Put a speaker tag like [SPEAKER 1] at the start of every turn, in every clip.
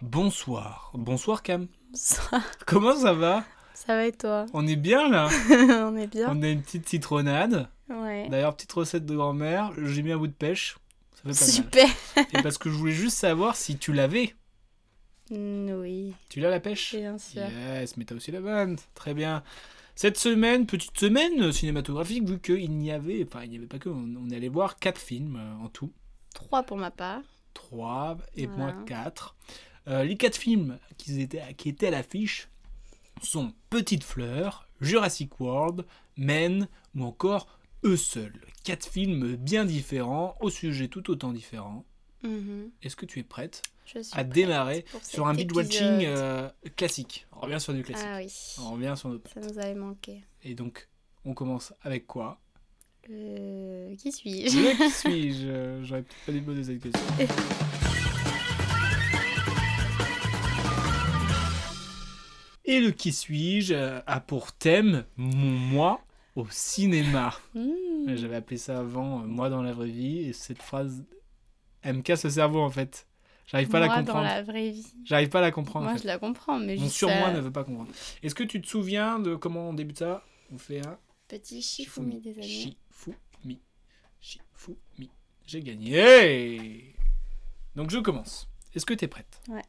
[SPEAKER 1] Bonsoir. Bonsoir Cam.
[SPEAKER 2] Bonsoir.
[SPEAKER 1] Comment ça va
[SPEAKER 2] Ça va et toi
[SPEAKER 1] On est bien là
[SPEAKER 2] On est bien.
[SPEAKER 1] On a une petite citronnade.
[SPEAKER 2] Ouais.
[SPEAKER 1] D'ailleurs, petite recette de grand-mère, j'ai mis un bout de pêche. Ça fait pas
[SPEAKER 2] Super.
[SPEAKER 1] mal. Et parce que je voulais juste savoir si tu l'avais.
[SPEAKER 2] Mm, Oui,
[SPEAKER 1] Tu l'as la pêche
[SPEAKER 2] bien sûr.
[SPEAKER 1] Yes, mais t'as aussi la bande. Très bien. Cette semaine, petite semaine cinématographique, vu qu'il n'y avait, enfin il n'y avait pas que, on, on est allé voir quatre films euh, en tout.
[SPEAKER 2] Trois pour ma part.
[SPEAKER 1] 3 et
[SPEAKER 2] Voilà.
[SPEAKER 1] moins 4. les quatre films qui étaient, qui étaient à l'affiche sont Petite Fleur, Jurassic World, Men ou encore Eux seuls. Quatre films bien différents, au sujet tout autant différent.
[SPEAKER 2] Mhm.
[SPEAKER 1] Est-ce que tu es prête
[SPEAKER 2] Je suis
[SPEAKER 1] à
[SPEAKER 2] prête
[SPEAKER 1] démarrer
[SPEAKER 2] pour
[SPEAKER 1] sur un
[SPEAKER 2] cet
[SPEAKER 1] binge watching
[SPEAKER 2] épisode.
[SPEAKER 1] euh, classique On revient sur du classique.
[SPEAKER 2] Ah oui,
[SPEAKER 1] On revient sur nos
[SPEAKER 2] ça nous avait manqué.
[SPEAKER 1] Et donc, on commence avec quoi
[SPEAKER 2] Euh, qui suis-je
[SPEAKER 1] Le qui suis-je Euh, J'aurais peut-être pas dû me poser cette question.
[SPEAKER 2] Eh.
[SPEAKER 1] Et le qui suis-je euh, a pour thème mon moi au cinéma.
[SPEAKER 2] Mm.
[SPEAKER 1] J'avais appelé ça avant euh, moi dans la vraie vie et cette phrase elle me casse le cerveau en fait. J'arrive pas à la
[SPEAKER 2] Moi, dans
[SPEAKER 1] comprendre.
[SPEAKER 2] la vraie vie.
[SPEAKER 1] J'arrive pas à la comprendre. en
[SPEAKER 2] Moi,
[SPEAKER 1] fait.
[SPEAKER 2] je la comprends, mais
[SPEAKER 1] Mon
[SPEAKER 2] juste
[SPEAKER 1] surmoi
[SPEAKER 2] euh,
[SPEAKER 1] ne veut pas comprendre. Est-ce que tu te souviens de comment on débute ça On fait un
[SPEAKER 2] petit chifoumi des amis.
[SPEAKER 1] Shifumi. Shifumi. J'ai gagné. Donc je commence. Est-ce que t'es prête
[SPEAKER 2] Ouais.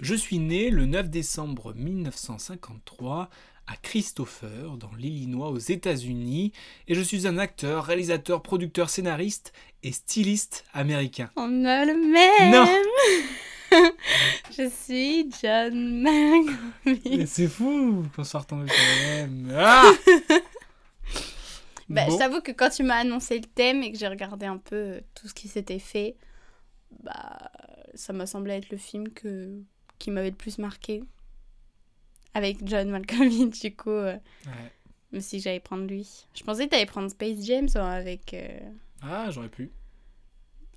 [SPEAKER 1] Je suis né le 9 décembre 1953 à Christopher, dans l'Illinois, aux États-Unis, et je suis un acteur, réalisateur, producteur, scénariste et styliste américain.
[SPEAKER 2] On a le même. je suis John
[SPEAKER 1] Mais
[SPEAKER 2] Malkovich.
[SPEAKER 1] c'est fou qu'on sorte en même. Ah
[SPEAKER 2] Bah,
[SPEAKER 1] Bon.
[SPEAKER 2] Je t'avoue que quand tu m'as annoncé le thème et que j'ai regardé un peu euh, tout ce qui s'était fait, bah, ça m'a semblé être le film que... qui m'avait le plus marqué. Avec John Malkovich, du coup, euh,
[SPEAKER 1] Ouais.
[SPEAKER 2] je me suis dit que j'allais prendre lui. Je pensais que t'allais prendre Space James hein, avec, euh,
[SPEAKER 1] Ah, j'aurais pu.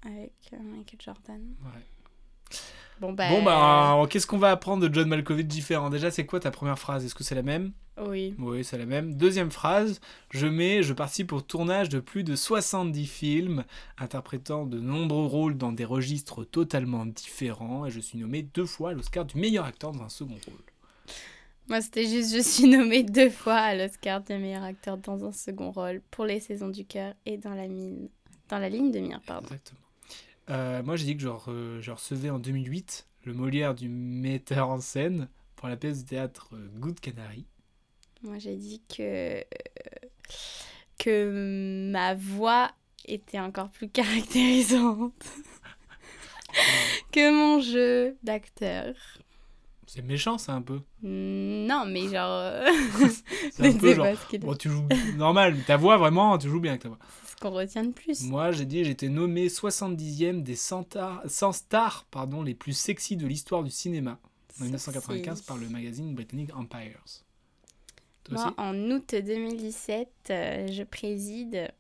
[SPEAKER 2] avec euh, Michael Jordan.
[SPEAKER 1] Ouais.
[SPEAKER 2] Bon, bah.
[SPEAKER 1] Bon, bah, alors, qu'est-ce qu'on va apprendre de John Malkovich différent Déjà, c'est quoi ta première phrase Est-ce que c'est la même
[SPEAKER 2] Oui.
[SPEAKER 1] Oui, c'est la même. Deuxième phrase, je mets, je participe au tournage de plus de 70 films, interprétant de nombreux rôles dans des registres totalement différents, et je suis nommé deux fois à l'Oscar du meilleur acteur dans un second rôle.
[SPEAKER 2] Moi, c'était juste, je suis nommée deux fois à l'Oscar du meilleur acteur dans un second rôle pour Les Saisons du Cœur et dans la mine. Dans la ligne de mire, pardon.
[SPEAKER 1] Exactement. Euh, moi, j'ai dit que je, re- je recevais en 2008 le Molière du metteur en scène pour la pièce de théâtre euh, Good Canary.
[SPEAKER 2] Moi, j'ai dit que. que ma voix était encore plus caractérisante que mon jeu d'acteur.
[SPEAKER 1] C'est méchant, ça, un peu.
[SPEAKER 2] Non, mais genre. euh,
[SPEAKER 1] C'est un
[SPEAKER 2] je
[SPEAKER 1] peu
[SPEAKER 2] sais
[SPEAKER 1] genre,
[SPEAKER 2] pas ce qu'il-
[SPEAKER 1] Bon, tu joues normal, ta voix vraiment, tu joues bien avec ta voix.
[SPEAKER 2] ce qu'on retient de plus.
[SPEAKER 1] Moi, j'ai dit, j'étais nommé 70e des 100, tar- 100 stars pardon, les plus sexy de l'histoire du cinéma en 1995 par le magazine britannique Empires. Toi
[SPEAKER 2] Moi,
[SPEAKER 1] aussi
[SPEAKER 2] en août 2017, euh, je préside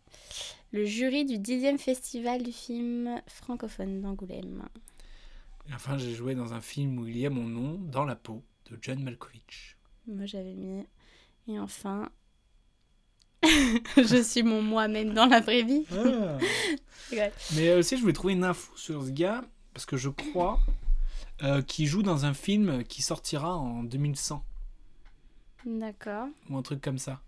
[SPEAKER 2] le jury du 10e festival du film francophone d'Angoulême.
[SPEAKER 1] Et Enfin, j'ai joué dans un film où il y a mon nom dans la peau de John Malkovich.
[SPEAKER 2] Moi, j'avais mis. Et enfin. je suis mon moi-même dans la vraie vie. Ouais.
[SPEAKER 1] Mais euh, aussi, je voulais trouver une info sur ce gars parce que je crois euh, qu'il joue dans un film qui sortira en 2100
[SPEAKER 2] D'accord.
[SPEAKER 1] ou un truc comme ça.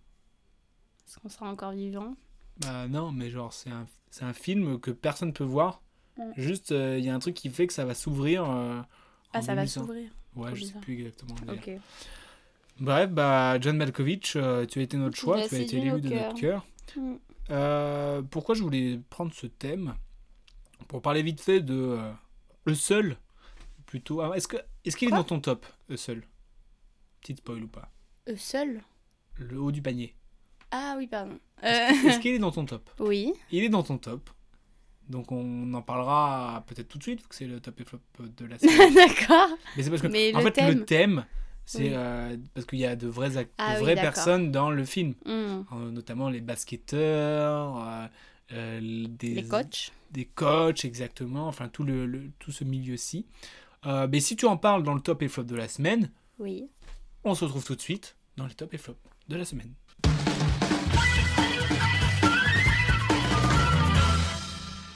[SPEAKER 2] Est-ce qu'on sera encore vivant
[SPEAKER 1] Bah non, mais genre, c'est un, c'est un film que personne peut voir.
[SPEAKER 2] Mm.
[SPEAKER 1] Juste, euh, il y a un truc qui fait que ça va s'ouvrir. euh, en
[SPEAKER 2] Ah, ça va
[SPEAKER 1] 2100.
[SPEAKER 2] s'ouvrir.
[SPEAKER 1] Ouais,
[SPEAKER 2] Trop
[SPEAKER 1] je sais
[SPEAKER 2] bizarre.
[SPEAKER 1] plus exactement. le délire.
[SPEAKER 2] Ok.
[SPEAKER 1] Bref, bah, John Malkovich, euh, tu as été notre
[SPEAKER 2] Tu
[SPEAKER 1] choix,
[SPEAKER 2] l'as
[SPEAKER 1] tu as été
[SPEAKER 2] séduit
[SPEAKER 1] l'élu
[SPEAKER 2] au
[SPEAKER 1] de
[SPEAKER 2] cœur.
[SPEAKER 1] notre cœur.
[SPEAKER 2] Mm.
[SPEAKER 1] Euh, pourquoi je voulais prendre ce thème Pour parler vite fait de euh, Le Seul, plutôt. Ah, Est-ce que- est-ce qu'il est,
[SPEAKER 2] Quoi
[SPEAKER 1] dans ton top, Le Seul Petite spoil ou pas
[SPEAKER 2] Euh, seul
[SPEAKER 1] Le haut du panier.
[SPEAKER 2] Ah oui, pardon.
[SPEAKER 1] Est-ce
[SPEAKER 2] Euh,
[SPEAKER 1] que- est-ce qu'il est dans ton top
[SPEAKER 2] oui.
[SPEAKER 1] Il est dans ton top. Donc on en parlera peut-être tout de suite, vu que c'est le top et flop de la série.
[SPEAKER 2] D'accord.
[SPEAKER 1] Mais c'est parce que,
[SPEAKER 2] Mais
[SPEAKER 1] en
[SPEAKER 2] le
[SPEAKER 1] fait, le
[SPEAKER 2] thème.
[SPEAKER 1] thème, c'est
[SPEAKER 2] Oui.
[SPEAKER 1] euh, parce qu'il y a de vraies, ac- de
[SPEAKER 2] Ah oui,
[SPEAKER 1] vraies
[SPEAKER 2] d'accord.
[SPEAKER 1] personnes dans le film,
[SPEAKER 2] Hmm.
[SPEAKER 1] Euh, notamment les basketteurs, euh, euh, des,
[SPEAKER 2] Les coachs.
[SPEAKER 1] des coachs, exactement, enfin tout, le, le- tout ce milieu-ci. Euh, mais si tu en parles dans le top et flop de la semaine,
[SPEAKER 2] Oui.
[SPEAKER 1] on se retrouve tout de suite dans les top et flop de la semaine.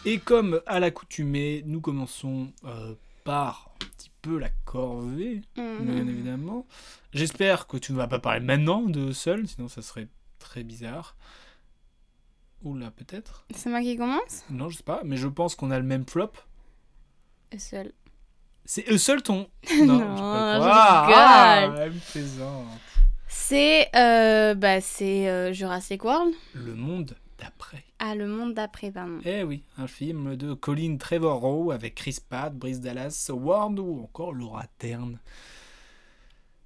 [SPEAKER 1] Et comme à l'accoutumée, nous commençons euh, par un petit peu la corvée,
[SPEAKER 2] Hmm.
[SPEAKER 1] bien évidemment. J'espère que tu ne vas pas parler maintenant de seul, sinon ça serait très bizarre. Oula, peut-être
[SPEAKER 2] C'est moi qui commence
[SPEAKER 1] Non, je sais pas, mais je pense qu'on a le même flop.
[SPEAKER 2] Euh, Seul.
[SPEAKER 1] C'est eux seuls ton.
[SPEAKER 2] Non,
[SPEAKER 1] peux pas
[SPEAKER 2] je
[SPEAKER 1] le croire. Ah,
[SPEAKER 2] rigole.
[SPEAKER 1] elle me plaisante.
[SPEAKER 2] C'est euh, bah, c'est euh, Jurassic World.
[SPEAKER 1] Le monde d'après.
[SPEAKER 2] Ah, le monde d'après, pardon.
[SPEAKER 1] Eh oui, un film de Colin Trevorrow avec Chris Pratt, Brice Dallas Howard ou encore Laura Dern.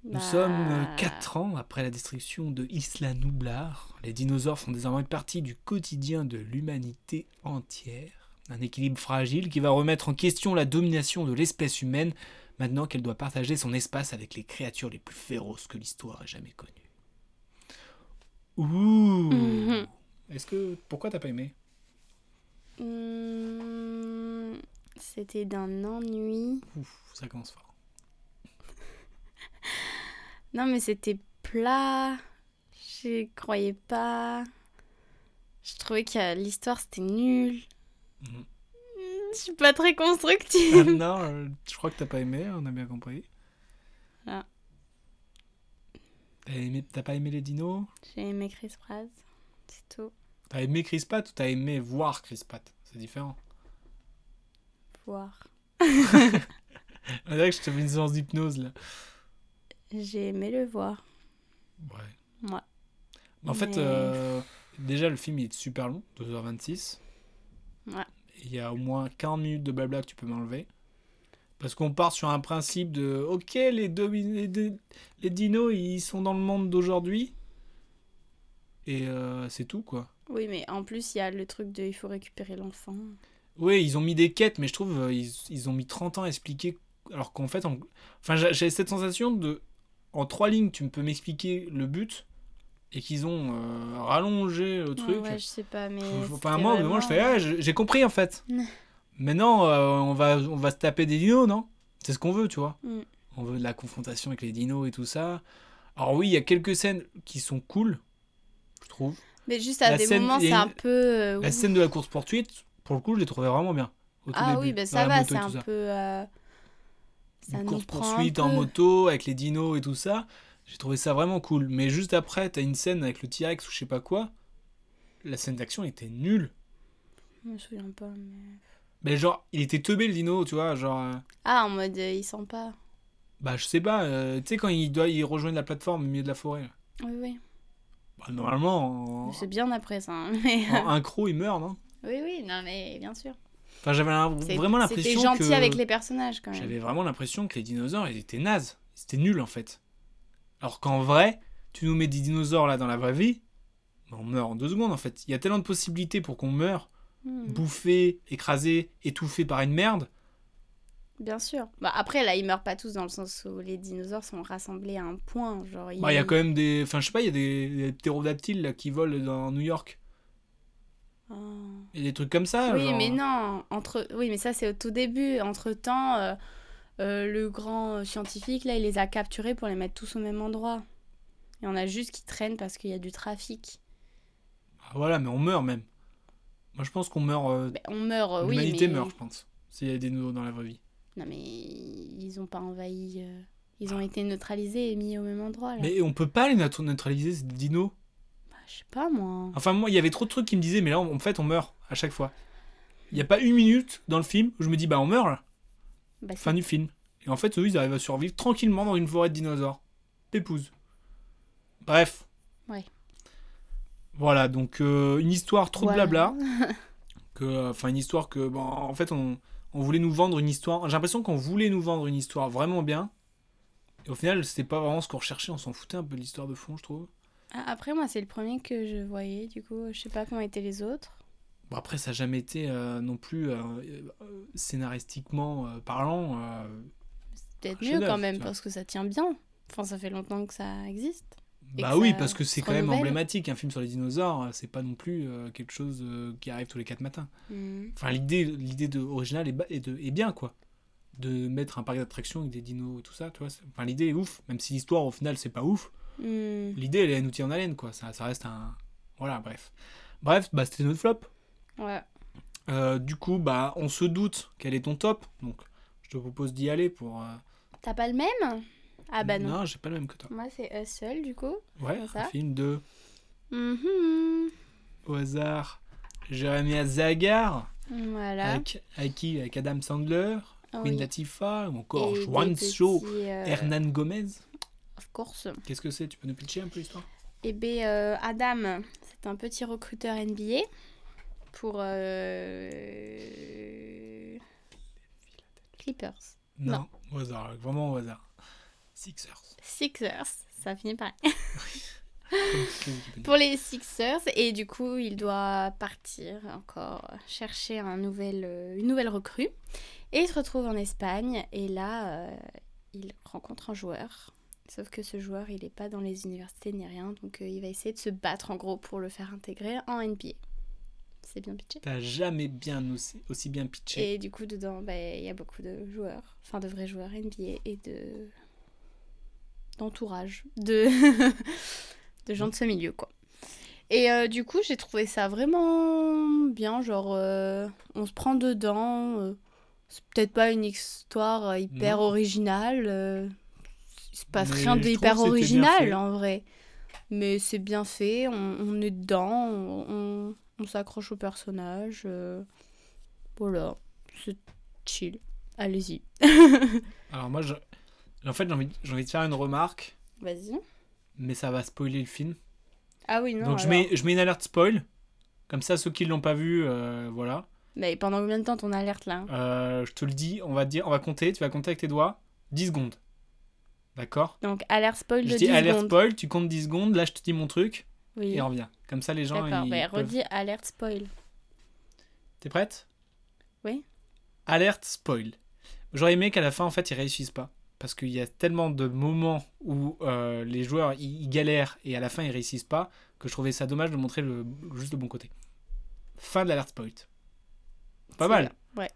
[SPEAKER 1] Nous
[SPEAKER 2] Bah,
[SPEAKER 1] sommes 4 ans après la destruction de Isla Nublar. Les dinosaures font désormais partie du quotidien de l'humanité entière. Un équilibre fragile qui va remettre en question la domination de l'espèce humaine maintenant qu'elle doit partager son espace avec les créatures les plus féroces que l'histoire ait jamais connues. Ouh
[SPEAKER 2] Mhm.
[SPEAKER 1] Est-ce que pourquoi t'as pas aimé
[SPEAKER 2] hmm, C'était d'un ennui.
[SPEAKER 1] Ouf, ça commence fort.
[SPEAKER 2] Non, mais c'était plat. J'y croyais pas. Je trouvais que euh, l'histoire, c'était nul.
[SPEAKER 1] Mhm.
[SPEAKER 2] Je suis pas très
[SPEAKER 1] Ah
[SPEAKER 2] constructive.
[SPEAKER 1] non, euh, je crois que t'as pas aimé, on a bien compris.
[SPEAKER 2] Ah.
[SPEAKER 1] T'as aimé- t'as pas aimé les dinos
[SPEAKER 2] J'ai aimé Chris Pratt. C'est tout.
[SPEAKER 1] T'as aimé Chris Pratt ou t'as aimé voir Chris Pratt C'est différent.
[SPEAKER 2] Voir.
[SPEAKER 1] On dirait que je te fais une séance d'hypnose là.
[SPEAKER 2] J'ai aimé le voir.
[SPEAKER 1] Ouais.
[SPEAKER 2] Ouais.
[SPEAKER 1] En fait,
[SPEAKER 2] Mais-
[SPEAKER 1] euh, déjà le film il est super long, 2h26.
[SPEAKER 2] Ouais.
[SPEAKER 1] Il y a au moins 40 minutes de blabla que tu peux m'enlever. Parce qu'on part sur un principe de ok, les, domi- les, di- les dinos ils sont dans le monde d'aujourd'hui. Et euh, c'est tout quoi.
[SPEAKER 2] Oui, mais en plus, il y a le truc de il faut récupérer l'enfant.
[SPEAKER 1] Oui, ils ont mis des quêtes, mais je trouve euh, ils, ils ont mis 30 ans à expliquer. Alors qu'en fait, en- enfin, j'a- j'ai cette sensation de. En trois lignes, tu peux m'expliquer le but et qu'ils ont euh, rallongé le truc.
[SPEAKER 2] Ouais, je sais pas, mais.
[SPEAKER 1] Je- enfin,
[SPEAKER 2] c'était
[SPEAKER 1] moi, au bout d'un moment, je fais
[SPEAKER 2] vraiment-
[SPEAKER 1] Ah, j'ai j'ai compris en fait.
[SPEAKER 2] Mm.
[SPEAKER 1] Maintenant, euh, on, va, on va se taper des dinos, non C'est ce qu'on veut, tu vois.
[SPEAKER 2] Mm.
[SPEAKER 1] On veut de la confrontation avec les dinos et tout ça. Alors, oui, il y a quelques scènes qui sont cool, je trouve.
[SPEAKER 2] Mais juste à
[SPEAKER 1] La
[SPEAKER 2] des
[SPEAKER 1] scène-
[SPEAKER 2] moments,
[SPEAKER 1] il y
[SPEAKER 2] c'est
[SPEAKER 1] a
[SPEAKER 2] un
[SPEAKER 1] une-
[SPEAKER 2] peu. euh,
[SPEAKER 1] La
[SPEAKER 2] ouf.
[SPEAKER 1] scène de la course-poursuite, pour le coup, je l'ai trouvée vraiment bien. au tout
[SPEAKER 2] Ah
[SPEAKER 1] début,
[SPEAKER 2] oui, ben
[SPEAKER 1] dans
[SPEAKER 2] ça
[SPEAKER 1] la
[SPEAKER 2] va,
[SPEAKER 1] moto et
[SPEAKER 2] c'est
[SPEAKER 1] tout
[SPEAKER 2] un
[SPEAKER 1] ça.
[SPEAKER 2] peu. euh, ça
[SPEAKER 1] une
[SPEAKER 2] nous
[SPEAKER 1] course
[SPEAKER 2] prend un
[SPEAKER 1] poursuite en
[SPEAKER 2] peu.
[SPEAKER 1] moto avec les dinos et tout ça. J'ai trouvé ça vraiment cool. Mais juste après, t'as une scène avec le T-Rex ou je sais pas quoi. La scène d'action était nulle.
[SPEAKER 2] Je me souviens pas. mais-
[SPEAKER 1] Mais genre, il était teubé le dino, tu vois. Genre, euh,
[SPEAKER 2] Ah, en mode, euh, il sent pas.
[SPEAKER 1] bah je sais pas, euh, tu sais, quand il doit y rejoindre la plateforme au milieu de la forêt. là.
[SPEAKER 2] Oui, oui.
[SPEAKER 1] Bah, normalement, en,
[SPEAKER 2] C'est bien après ça. hein, Mais...
[SPEAKER 1] en un croc, il meurt, non
[SPEAKER 2] oui, oui, non, mais bien sûr.
[SPEAKER 1] Enfin, j'avais l'im-
[SPEAKER 2] C'est-
[SPEAKER 1] vraiment
[SPEAKER 2] C'était
[SPEAKER 1] l'impression
[SPEAKER 2] gentil
[SPEAKER 1] que.
[SPEAKER 2] avec les personnages quand même.
[SPEAKER 1] J'avais vraiment l'impression que les dinosaures, ils étaient nazes. C'était nul en fait. Alors qu'en vrai, tu nous mets des dinosaures là dans la vraie vie, mais on meurt en deux secondes en fait. Il y a tellement de possibilités pour qu'on meure,
[SPEAKER 2] Hmm,
[SPEAKER 1] bouffé, écrasé, étouffé par une merde.
[SPEAKER 2] Bien sûr. Bah, après, là, ils meurent pas tous dans le sens où les dinosaures sont rassemblés à un point. Genre, ils...
[SPEAKER 1] Bah, il y a quand même des. Enfin, je sais pas, il y a des, des ptérodactyles là, qui volent dans New York.
[SPEAKER 2] Ah.
[SPEAKER 1] Et des trucs comme ça.
[SPEAKER 2] Oui,
[SPEAKER 1] genre.
[SPEAKER 2] mais non. Entre... Oui, mais ça, c'est au tout début. Entre-temps, euh, euh, le grand euh, scientifique, là, il les a capturés pour les mettre tous au même endroit. Et on a juste qui traînent parce qu'il y a du trafic.
[SPEAKER 1] Ah, voilà, mais on meurt même. Moi, je pense qu'on meurt. euh,
[SPEAKER 2] Ben, on meurt, euh, oui,
[SPEAKER 1] L'humanité
[SPEAKER 2] mais...
[SPEAKER 1] meurt, je pense. S'il y a des nouveaux dans la vraie vie.
[SPEAKER 2] Non, mais ils ont pas envahi... euh, Ils ont été neutralisés et mis au même endroit, là.
[SPEAKER 1] Ah. Mais on peut pas les nat- neutraliser, ces dinos.
[SPEAKER 2] Bah, je sais pas, moi.
[SPEAKER 1] Enfin, moi, il y avait trop de trucs qui me disaient, mais là, en fait, on meurt à chaque fois. Il n'y a pas une minute dans le film où je me dis, bah, on meurt, là.
[SPEAKER 2] Bah, c'est-
[SPEAKER 1] Fin du film. Et en fait, eux, ils arrivent à survivre tranquillement dans une forêt de dinosaures. D'épouse. Bref.
[SPEAKER 2] Ouais.
[SPEAKER 1] Voilà, donc, euh, une histoire trop
[SPEAKER 2] Voilà.
[SPEAKER 1] de blabla. que, euh, Enfin, une histoire que, bon, en fait, on, on voulait nous vendre une histoire. J'ai l'impression qu'on voulait nous vendre une histoire vraiment bien. Et au final, c'était pas vraiment ce qu'on recherchait. On s'en foutait un peu de l'histoire de fond, je trouve.
[SPEAKER 2] Ah, Après, moi, c'est le premier que je voyais, du coup. Je sais pas comment étaient les autres.
[SPEAKER 1] Bon, après, ça n'a jamais été euh, non plus euh, euh, scénaristiquement euh, parlant. euh,
[SPEAKER 2] C'est peut-être
[SPEAKER 1] Un
[SPEAKER 2] mieux
[SPEAKER 1] chef-d'œuvre,
[SPEAKER 2] quand
[SPEAKER 1] tu
[SPEAKER 2] même,
[SPEAKER 1] vois.
[SPEAKER 2] parce que ça tient bien. Enfin, ça fait longtemps que ça existe. Et
[SPEAKER 1] bah
[SPEAKER 2] que
[SPEAKER 1] oui,
[SPEAKER 2] ça
[SPEAKER 1] parce que c'est
[SPEAKER 2] se
[SPEAKER 1] quand même
[SPEAKER 2] renouvelle.
[SPEAKER 1] emblématique. Un film sur les dinosaures, euh, c'est pas non plus euh, quelque chose euh, qui arrive tous les quatre matins.
[SPEAKER 2] Mhm.
[SPEAKER 1] Enfin, l'idée, l'idée de, originale est, ba- est de, est bien, quoi. De mettre un parc d'attractions avec des dinos et tout ça, tu vois. c'est- Enfin, l'idée est ouf, même si l'histoire, au final, c'est pas ouf.
[SPEAKER 2] Mhm.
[SPEAKER 1] L'idée, elle est un outil en haleine, quoi. Ça, ça reste un... Voilà, bref. Bref, bah, c'était notre flop.
[SPEAKER 2] Ouais.
[SPEAKER 1] Euh, du coup, bah, on se doute quel est ton top. Donc, je te propose d'y aller pour... euh,
[SPEAKER 2] T'as pas le même Ah bah non.
[SPEAKER 1] Non, j'ai pas le même que toi.
[SPEAKER 2] Moi, c'est Hustle, du coup.
[SPEAKER 1] Ouais,
[SPEAKER 2] C'est
[SPEAKER 1] un
[SPEAKER 2] ça
[SPEAKER 1] film de,
[SPEAKER 2] Mhm.
[SPEAKER 1] au hasard, Jérémy Azagar,
[SPEAKER 2] Voilà. Oh
[SPEAKER 1] avec, avec qui Avec Adam Sandler, Queen
[SPEAKER 2] Oui.
[SPEAKER 1] Latifah, ou encore
[SPEAKER 2] Et des
[SPEAKER 1] Juancho
[SPEAKER 2] petits, euh,
[SPEAKER 1] Hernan Gomez.
[SPEAKER 2] Of course.
[SPEAKER 1] Qu'est-ce que c'est Tu peux nous pitcher un peu l'histoire
[SPEAKER 2] Et ben euh, Adam, c'est un petit recruteur NBA pour euh, Clippers. Non.
[SPEAKER 1] Au hasard, vraiment au hasard. Sixers.
[SPEAKER 2] Sixers, ça finit par
[SPEAKER 1] Comme Clint Eastwood.
[SPEAKER 2] pour les Sixers et du coup il doit partir encore chercher un nouvel, euh, une nouvelle recrue et il se retrouve en Espagne et là euh, il rencontre un joueur sauf que ce joueur il n'est pas dans les universités ni rien donc euh, il va essayer de se battre en gros pour le faire intégrer en NBA c'est bien pitché
[SPEAKER 1] T'as jamais bien aussi, aussi bien pitché.
[SPEAKER 2] et du coup dedans bah, il y a beaucoup de joueurs enfin de vrais joueurs NBA et de d'entourage de de gens de ce milieu quoi et euh, du coup j'ai trouvé ça vraiment bien genre euh, on se prend dedans euh, c'est peut-être pas une histoire euh, hyper
[SPEAKER 1] Non.
[SPEAKER 2] originale euh, il se passe
[SPEAKER 1] Mais
[SPEAKER 2] rien
[SPEAKER 1] je trouve que
[SPEAKER 2] d'hyper
[SPEAKER 1] c'était bien fait.
[SPEAKER 2] original en vrai mais c'est bien fait on, on est dedans on, on- on s'accroche au personnage euh, voilà c'est chill allez-y
[SPEAKER 1] Alors moi, je... en fait, j'ai envie, j'ai envie de faire une remarque,
[SPEAKER 2] vas-y
[SPEAKER 1] mais ça va spoiler le film.
[SPEAKER 2] ah oui non
[SPEAKER 1] Donc je
[SPEAKER 2] alors.
[SPEAKER 1] mets, je mets une alerte spoil. Comme ça, ceux qui l'ont pas vu, euh, voilà.
[SPEAKER 2] mais pendant combien de temps ton alerte là
[SPEAKER 1] Euh, je te le dis, on va dire, on va compter. Tu vas compter avec tes doigts. 10 secondes. D'accord
[SPEAKER 2] donc alerte spoil de
[SPEAKER 1] Je
[SPEAKER 2] 10
[SPEAKER 1] dis alerte
[SPEAKER 2] secondes
[SPEAKER 1] spoil, tu comptes 10 secondes. Là, je te dis mon truc
[SPEAKER 2] oui.
[SPEAKER 1] et on revient. Comme ça, les gens.
[SPEAKER 2] D'accord,
[SPEAKER 1] ils
[SPEAKER 2] bah,
[SPEAKER 1] peuvent-
[SPEAKER 2] redis alerte spoil.
[SPEAKER 1] T'es prête
[SPEAKER 2] Oui.
[SPEAKER 1] Alerte spoil. J'aurais aimé qu'à la fin, en fait, ils réussissent pas. Parce qu'il y a tellement de moments où euh, les joueurs ils, ils galèrent et à la fin ils réussissent pas que je trouvais ça dommage de montrer le, juste le bon côté. Fin de l'alerte spoil. Pas
[SPEAKER 2] C'est
[SPEAKER 1] mal.
[SPEAKER 2] bien, Ouais.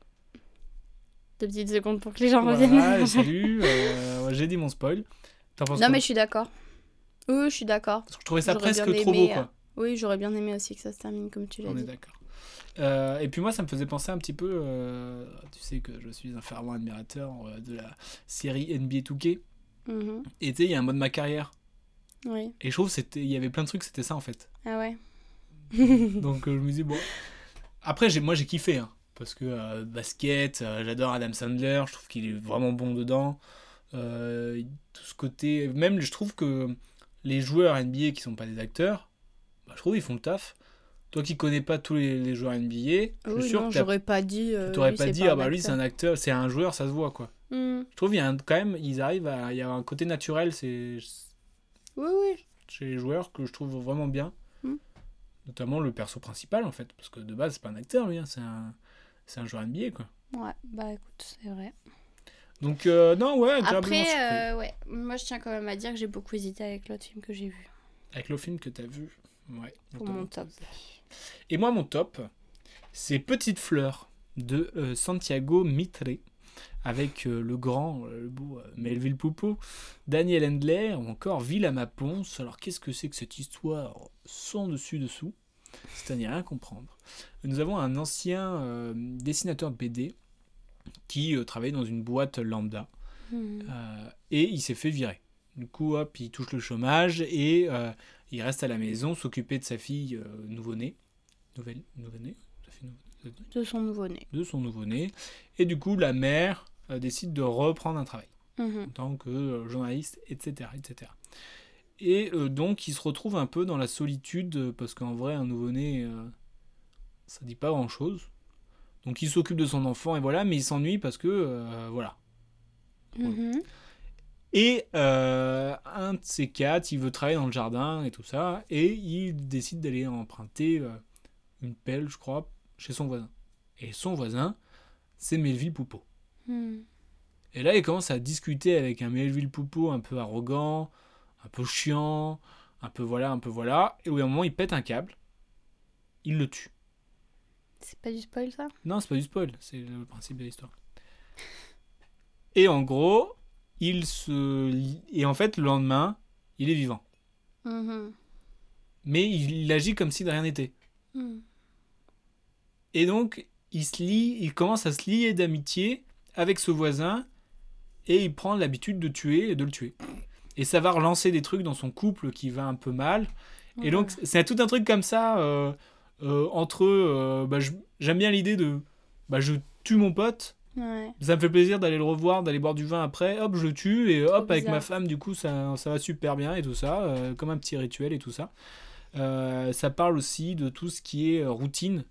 [SPEAKER 2] Deux petites secondes pour que les gens
[SPEAKER 1] Voilà,
[SPEAKER 2] reviennent.
[SPEAKER 1] Bah salut, euh, ouais, j'ai dit mon spoil. T'en penses
[SPEAKER 2] non,
[SPEAKER 1] quoi
[SPEAKER 2] mais je suis d'accord. Oui, je suis d'accord.
[SPEAKER 1] Parce que je trouvais ça
[SPEAKER 2] j'aurais
[SPEAKER 1] presque
[SPEAKER 2] bien
[SPEAKER 1] trop beau
[SPEAKER 2] aimé,
[SPEAKER 1] quoi.
[SPEAKER 2] Oui, j'aurais bien aimé aussi que ça se termine comme tu l'as
[SPEAKER 1] On est
[SPEAKER 2] dit.
[SPEAKER 1] d'accord. Euh, et puis moi, ça me faisait penser un petit peu. euh, tu sais que je suis un fervent admirateur euh, de la série NBA 2K.
[SPEAKER 2] Mhm,
[SPEAKER 1] Et tu sais, il y a un mode ma carrière.
[SPEAKER 2] Oui.
[SPEAKER 1] Et je trouve que c'était- il y avait plein de trucs, c'était ça en fait.
[SPEAKER 2] Ah ouais.
[SPEAKER 1] Donc euh, je me dis, bon. Après, j'ai- moi j'ai kiffé. hein, parce que euh, basket, euh, j'adore Adam Sandler, je trouve qu'il est vraiment bon dedans. Euh, tout ce côté. Même, je trouve que les joueurs NBA qui sont pas des acteurs, bah, je trouve ils font le taf. Toi qui connais pas tous les, les joueurs NBA, je suis
[SPEAKER 2] Oui,
[SPEAKER 1] sûr
[SPEAKER 2] non,
[SPEAKER 1] que t'as-
[SPEAKER 2] j'aurais pas dit. euh,
[SPEAKER 1] tu t'aurais
[SPEAKER 2] lui,
[SPEAKER 1] pas
[SPEAKER 2] c'est
[SPEAKER 1] dit,
[SPEAKER 2] un
[SPEAKER 1] ah bah lui c'est
[SPEAKER 2] acteur.
[SPEAKER 1] un acteur, c'est un joueur, ça se voit quoi.
[SPEAKER 2] Mhm.
[SPEAKER 1] Je trouve il y a un- quand même, ils arrivent à. Il y a un côté naturel, c'est
[SPEAKER 2] Oui, oui.
[SPEAKER 1] chez les joueurs que je trouve vraiment bien.
[SPEAKER 2] Mm.
[SPEAKER 1] Notamment le perso principal, en fait. Parce que de base, c'est pas un acteur, lui. hein, c'est un, c'est un joueur NBA, quoi.
[SPEAKER 2] Ouais, bah écoute, c'est vrai.
[SPEAKER 1] Donc, euh, non, ouais, agréablement surpris.
[SPEAKER 2] Après, euh, ouais, moi je tiens quand même à dire que j'ai beaucoup hésité avec l'autre film que j'ai vu
[SPEAKER 1] Avec le film que t'as vu. Ouais.
[SPEAKER 2] pour
[SPEAKER 1] notamment.
[SPEAKER 2] mon top.
[SPEAKER 1] Et moi, mon top, c'est Petite Fleur de euh, Santiago Mitre. Avec euh, le grand, euh, le beau euh, Melville Poupeau, Daniel Handler ou encore Villa Ponce. Alors qu'est-ce que c'est que cette histoire sans dessus-dessous C'est à n'y rien comprendre. Nous avons un ancien euh, dessinateur de BD qui euh, travaillait dans une boîte lambda.
[SPEAKER 2] Mhm.
[SPEAKER 1] Euh, et il s'est fait virer. Du coup, hop, il touche le chômage et euh, il reste à la maison s'occuper de sa fille euh, nouveau-née. Nouvelle, nouveau-née Sa fille nouveau-
[SPEAKER 2] De son nouveau-né.
[SPEAKER 1] de son nouveau-né. Et du coup, la mère euh, décide de reprendre un travail
[SPEAKER 2] Mhm.
[SPEAKER 1] en tant que euh, journaliste, etc. etc. Et euh, donc, il se retrouve un peu dans la solitude, euh, parce qu'en vrai, un nouveau-né, euh, ça dit pas grand-chose. Donc, il s'occupe de son enfant, et voilà, mais il s'ennuie parce que, euh, voilà.
[SPEAKER 2] Mhm.
[SPEAKER 1] Et euh, un de ces quatre, il veut travailler dans le jardin et tout ça, et il décide d'aller emprunter euh, une pelle, je crois, chez son voisin. Et son voisin, c'est Melville Poupeau.
[SPEAKER 2] Mm.
[SPEAKER 1] Et là, il commence à discuter avec un Melville Poupeau un peu arrogant, un peu chiant, un peu voilà, un peu voilà. Et au bout d'un moment, il pète un câble. Il le tue.
[SPEAKER 2] C'est pas du spoil ça
[SPEAKER 1] Non, c'est pas du spoil, c'est le principe de l'histoire. Et en gros, il se. Et en fait, le lendemain, il est vivant.
[SPEAKER 2] Mhm.
[SPEAKER 1] Mais il agit comme si de rien n'était.
[SPEAKER 2] Mhm.
[SPEAKER 1] Et donc, il, se lie, il commence à se lier d'amitié avec ce voisin et il prend l'habitude de tuer et de le tuer. Et ça va relancer des trucs dans son couple qui va un peu mal. Et donc, c'est tout un truc comme ça euh, euh, entre. euh, bah, je- J'aime bien l'idée de. Bah, je tue mon pote,
[SPEAKER 2] Ouais.
[SPEAKER 1] ça me fait plaisir d'aller le revoir, d'aller boire du vin après, hop, je le tue, et hop, avec
[SPEAKER 2] bizarre.
[SPEAKER 1] ma femme, du coup, ça, ça va super bien et tout ça, euh, comme un petit rituel et tout ça. Euh, ça parle aussi de tout ce qui est euh, routine,